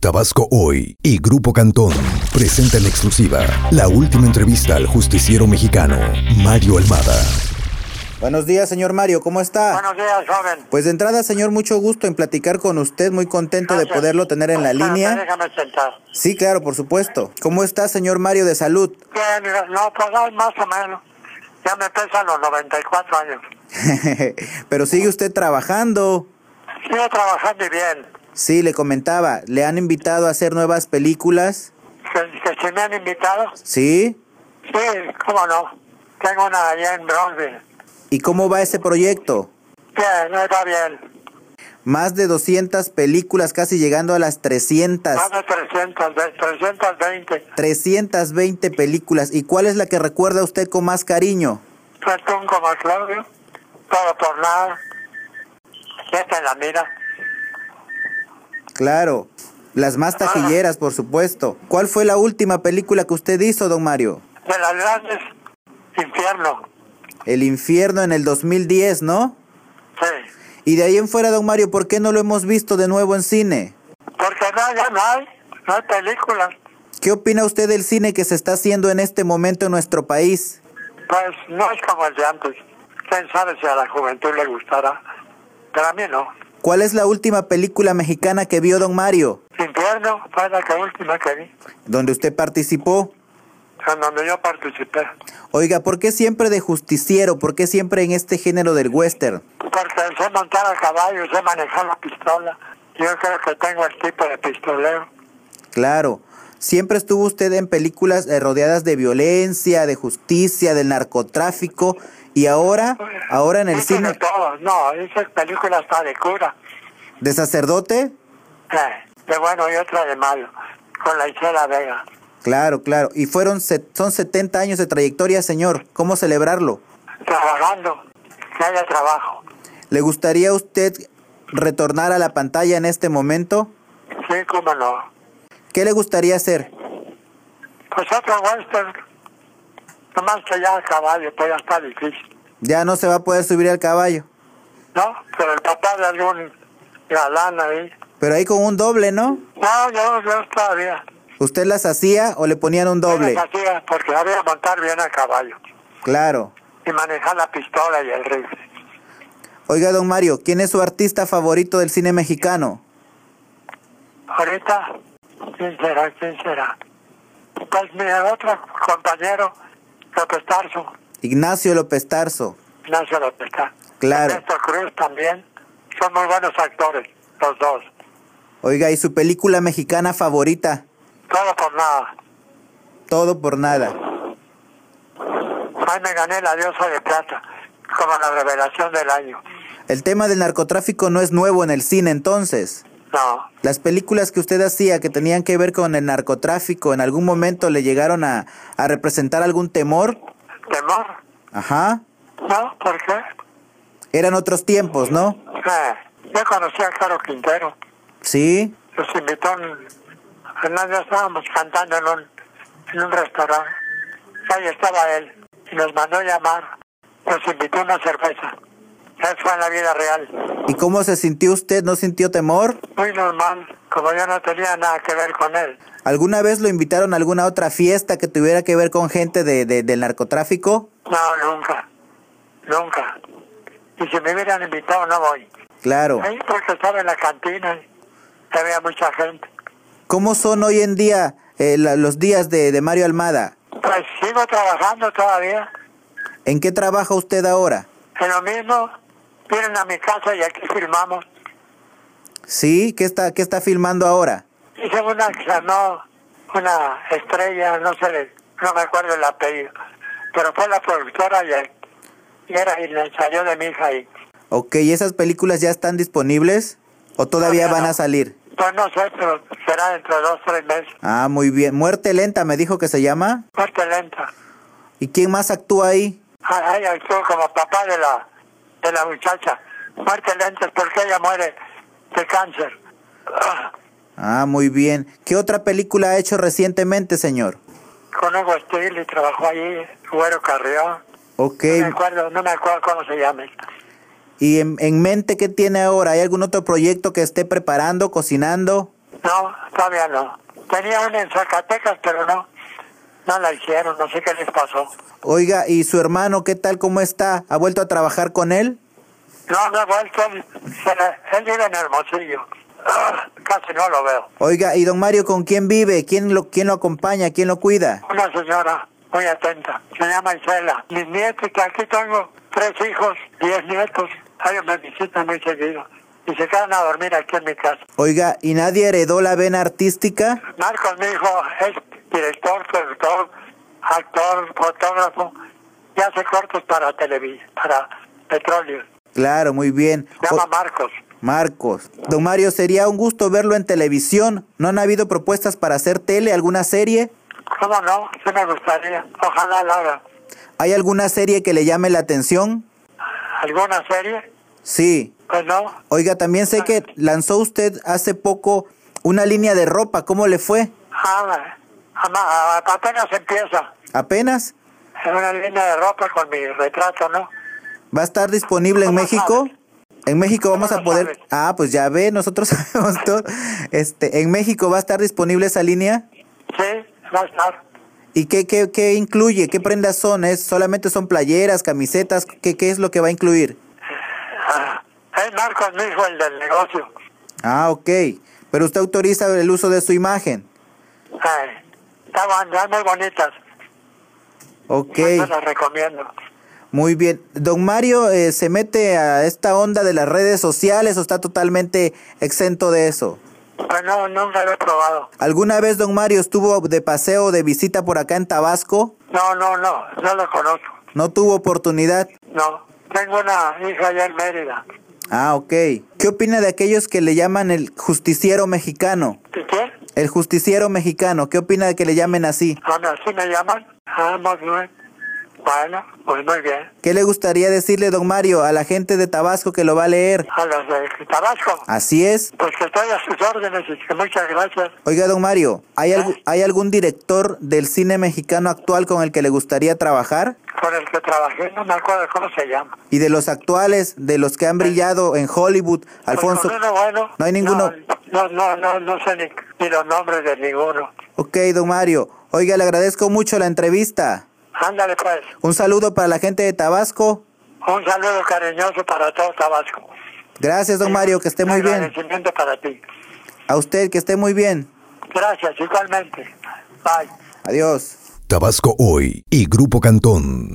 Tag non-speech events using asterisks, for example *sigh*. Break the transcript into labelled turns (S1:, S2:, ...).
S1: Tabasco Hoy y Grupo Cantón presenta en exclusiva la última entrevista al justiciero mexicano, Mario Almada.
S2: Buenos días, señor Mario, ¿cómo está?
S3: Buenos días, joven.
S2: Pues de entrada, señor, mucho gusto en platicar con usted, muy contento de
S3: Gracias.
S2: poderlo tener en la
S3: Espérate,
S2: línea.
S3: Déjame sentar.
S2: Sí, claro, por supuesto. ¿Cómo está, señor Mario, de salud? *laughs*
S3: Bien, mira, no, pues ay, más o menos. Ya me pesan los 94 años.
S2: Pero sigue usted trabajando.
S3: Sigo trabajando y bien.
S2: Sí, le comentaba, le han invitado a hacer nuevas películas.
S3: Que, que si me han invitado,
S2: ¿Sí?
S3: sí, cómo no. Tengo una allá en Bronzeville.
S2: ¿Y cómo va ese proyecto?
S3: Bien, me va bien.
S2: Más de 200 películas, casi llegando a las 300.
S3: Más de 300, de- 320.
S2: 320 películas. ¿Y cuál es la que recuerda a usted con más cariño?
S3: Retún como Claudio. Todo por nada. Esta es la mira.
S2: Claro, las más taquilleras, por supuesto. ¿Cuál fue la última película que usted hizo, don Mario?
S3: De las grandes, infierno.
S2: El infierno en el 2010, ¿no?
S3: Sí.
S2: Y de ahí en fuera, don Mario, ¿por qué no lo hemos visto de nuevo en cine?
S3: Porque no, ya no hay. No hay películas.
S2: ¿Qué opina usted del cine que se está haciendo en este momento en nuestro país?
S3: Pues no es como el de antes. Quién sabe si a la juventud le gustará. Pero a mí no.
S2: ¿Cuál es la última película mexicana que vio don Mario?
S3: Infierno fue la que última que vi,
S2: Donde usted participó.
S3: en donde yo participé.
S2: Oiga, ¿por qué siempre de justiciero? ¿Por qué siempre en este género del western?
S3: Porque sé montar a caballo, sé manejar la pistola. Yo creo que tengo el tipo de pistolero.
S2: Claro. Siempre estuvo usted en películas eh, rodeadas de violencia, de justicia, del narcotráfico y ahora, ahora en el
S3: Hice de
S2: cine
S3: todo. No, hice películas hasta de cura.
S2: de sacerdote.
S3: Eh, de bueno y otra de malo. Con la Isela Vega.
S2: Claro, claro. Y fueron se- son 70 años de trayectoria, señor. ¿Cómo celebrarlo?
S3: Trabajando. Que haya trabajo.
S2: ¿Le gustaría a usted retornar a la pantalla en este momento?
S3: Sí, cómo no.
S2: ¿Qué le gustaría hacer?
S3: Pues otro western. Nomás que ya a caballo, pues ya está difícil.
S2: Ya no se va a poder subir al caballo,
S3: ¿No? Pero el papá de algún galán ahí.
S2: pero ahí con un doble, ¿no?
S3: No, yo, yo todavía.
S2: ¿Usted las hacía o le ponían un doble?
S3: Yo las hacía porque sabía montar bien a caballo.
S2: Claro.
S3: Y manejar la pistola y el rifle.
S2: Oiga, don Mario, ¿quién es su artista favorito del cine mexicano?
S3: Ahorita, ¿quién será? ¿Quién será? Pues mi otro compañero, López Tarso.
S2: Ignacio López Tarso.
S3: Ignacio López Tarso.
S2: Claro.
S3: Ernesto Cruz también. Son muy buenos actores, los dos.
S2: Oiga, ¿y su película mexicana favorita?
S3: Todo por nada.
S2: Todo por nada.
S3: Ahí me gané la diosa de plata, como la revelación del año.
S2: El tema del narcotráfico no es nuevo en el cine entonces.
S3: No,
S2: Las películas que usted hacía que tenían que ver con el narcotráfico, ¿en algún momento le llegaron a, a representar algún temor?
S3: temor,
S2: Ajá.
S3: ¿no? ¿Por qué?
S2: Eran otros tiempos, ¿no?
S3: Eh, yo conocí a Caro Quintero,
S2: Sí.
S3: nos invitó, a un- Hernández, estábamos cantando en un, en un restaurante, ahí estaba él, y nos mandó llamar, nos invitó una cerveza, eso fue en la vida real,
S2: ¿Y cómo se sintió usted? ¿No sintió temor?
S3: muy normal, como yo no tenía nada que ver con él,
S2: ¿Alguna vez lo invitaron a alguna otra fiesta que tuviera que ver con gente de, de- del narcotráfico?
S3: no, nunca, nunca, y si me hubieran invitado no voy.
S2: Claro.
S3: Ahí porque estaba en la cantina y había mucha gente.
S2: ¿Cómo son hoy en día eh, la- los días de, de Mario Almada?
S3: Pues sigo trabajando todavía.
S2: ¿En qué trabaja usted ahora?
S3: En lo mismo, vienen a mi casa y aquí firmamos.
S2: ¿Sí? ¿Qué está, qué está filmando ahora?
S3: Hice una que se llamó una estrella, no sé, le- no me acuerdo el apellido, pero fue la productora y, el- y era y le salió de mi hija y
S2: Ok, ¿y esas películas ya están disponibles? ¿O todavía van a salir?
S3: pues no sé, pero será dentro de dos, tres meses.
S2: Ah, muy bien. Muerte Lenta me dijo que se llama.
S3: Muerte lenta.
S2: ¿Y quién más actúa ahí?
S3: Ah, Ella actuó como papá de la, de la muchacha. Muerte lenta, porque ella muere de cáncer. Ah.
S2: Ah, muy bien. ¿Qué otra película ha hecho recientemente, señor?
S3: con Hugo Steele trabajó allí, Güero Carrión.
S2: Ok.
S3: No me acuerdo, no me acuerdo cómo se llama.
S2: ¿Y en, en mente qué tiene ahora? ¿Hay algún otro proyecto que esté preparando, cocinando?
S3: No, todavía no. Tenía una en Zacatecas, pero no. No la hicieron, no sé qué les pasó.
S2: Oiga, ¿y su hermano qué tal? ¿Cómo está? ¿Ha vuelto a trabajar con él?
S3: No, no he vuelto. Él, se la- él vive en Hermosillo. Ah, Casi no lo veo.
S2: Oiga, ¿y don Mario con quién vive? ¿Quién lo, quién lo acompaña? ¿Quién lo cuida?
S3: Una señora muy atenta. Se llama Isela. Mis nietos, que aquí tengo tres hijos, diez nietos. Ellos me visitan muy seguido. Y se quedan a dormir aquí en mi casa.
S2: Oiga, ¿y nadie heredó la vena artística?
S3: Marcos, mi hijo, es director, productor, actor, fotógrafo. Y hace cortos para televisión, para petróleo.
S2: Claro, muy bien.
S3: Se
S2: O-
S3: llama Marcos.
S2: Marcos, don Mario, sería un gusto verlo en televisión. ¿No han habido propuestas para hacer tele, alguna serie?
S3: ¿Cómo no? Sí me gustaría. Ojalá la haga.
S2: ¿Hay alguna serie que le llame la atención?
S3: ¿Alguna serie?
S2: Sí.
S3: Pues no.
S2: Oiga, también sé que lanzó usted hace poco una línea de ropa. ¿Cómo le fue?
S3: Ah, ama- apenas empieza.
S2: ¿Apenas?
S3: Es una línea de ropa con mi retrato, ¿no?
S2: ¿Va a estar disponible en
S3: ¿Cómo
S2: México?
S3: sabes?
S2: En México vamos
S3: ¿Cómo
S2: a
S3: lo
S2: poder...
S3: sabes?
S2: Ah, pues ya ve, nosotros *laughs* sabemos todo. Este, ¿En México va a estar disponible esa línea?
S3: Sí, va a estar.
S2: ¿Y qué, qué, qué incluye? ¿Qué prendas son? ¿Es, ¿Solamente son playeras, camisetas? ¿Qué, ¿Qué es lo que va a incluir?
S3: Ah, es Marcos mismo el del negocio.
S2: Ah, ok. Pero usted autoriza el uso de su imagen.
S3: Eh, estaban ya muy bonitas.
S2: Ok,
S3: Yo las recomiendo.
S2: muy bien. Don Mario eh, se mete a esta onda de las redes sociales o está totalmente exento de eso.
S3: Pues no, nunca lo he probado.
S2: ¿Alguna vez don Mario estuvo de paseo o de visita por acá en Tabasco?
S3: No, no, no, no lo conozco.
S2: No tuvo oportunidad.
S3: No, tengo una hija allá en Mérida.
S2: Ah, ok. ¿Qué opina de aquellos que le llaman el justiciero mexicano?
S3: ¿Y qué?
S2: El justiciero mexicano, ¿qué opina de que le llamen así?
S3: Ah, no, ¿sí me llaman? Ah, muy bien. Bueno, pues muy bien.
S2: ¿Qué le gustaría decirle, don Mario, a la gente de Tabasco que lo va a leer?
S3: A los de Tabasco,
S2: Así es.
S3: pues que estoy a sus órdenes y que muchas gracias.
S2: Oiga, don Mario, ¿hay, algu- ¿hay algún director del cine mexicano actual con el que le gustaría trabajar?
S3: con el que trabajé, no me acuerdo cómo se llama.
S2: Y de los actuales, de los que han brillado en Hollywood, Alfonso.
S3: Pues con uno bueno,
S2: No hay ninguno.
S3: No, no, no, no sé ni, ni los nombres de ninguno.
S2: Ok, don Mario. Oiga, le agradezco mucho la entrevista.
S3: Ándale pues,
S2: Un saludo para la gente de Tabasco.
S3: un saludo cariñoso para todo Tabasco.
S2: Gracias, don Mario, que esté muy bien.
S3: Agradecimiento para ti.
S2: A usted, que esté muy bien.
S3: Gracias, igualmente. Bye.
S2: Adiós.
S1: Tabasco Hoy y Grupo Cantón.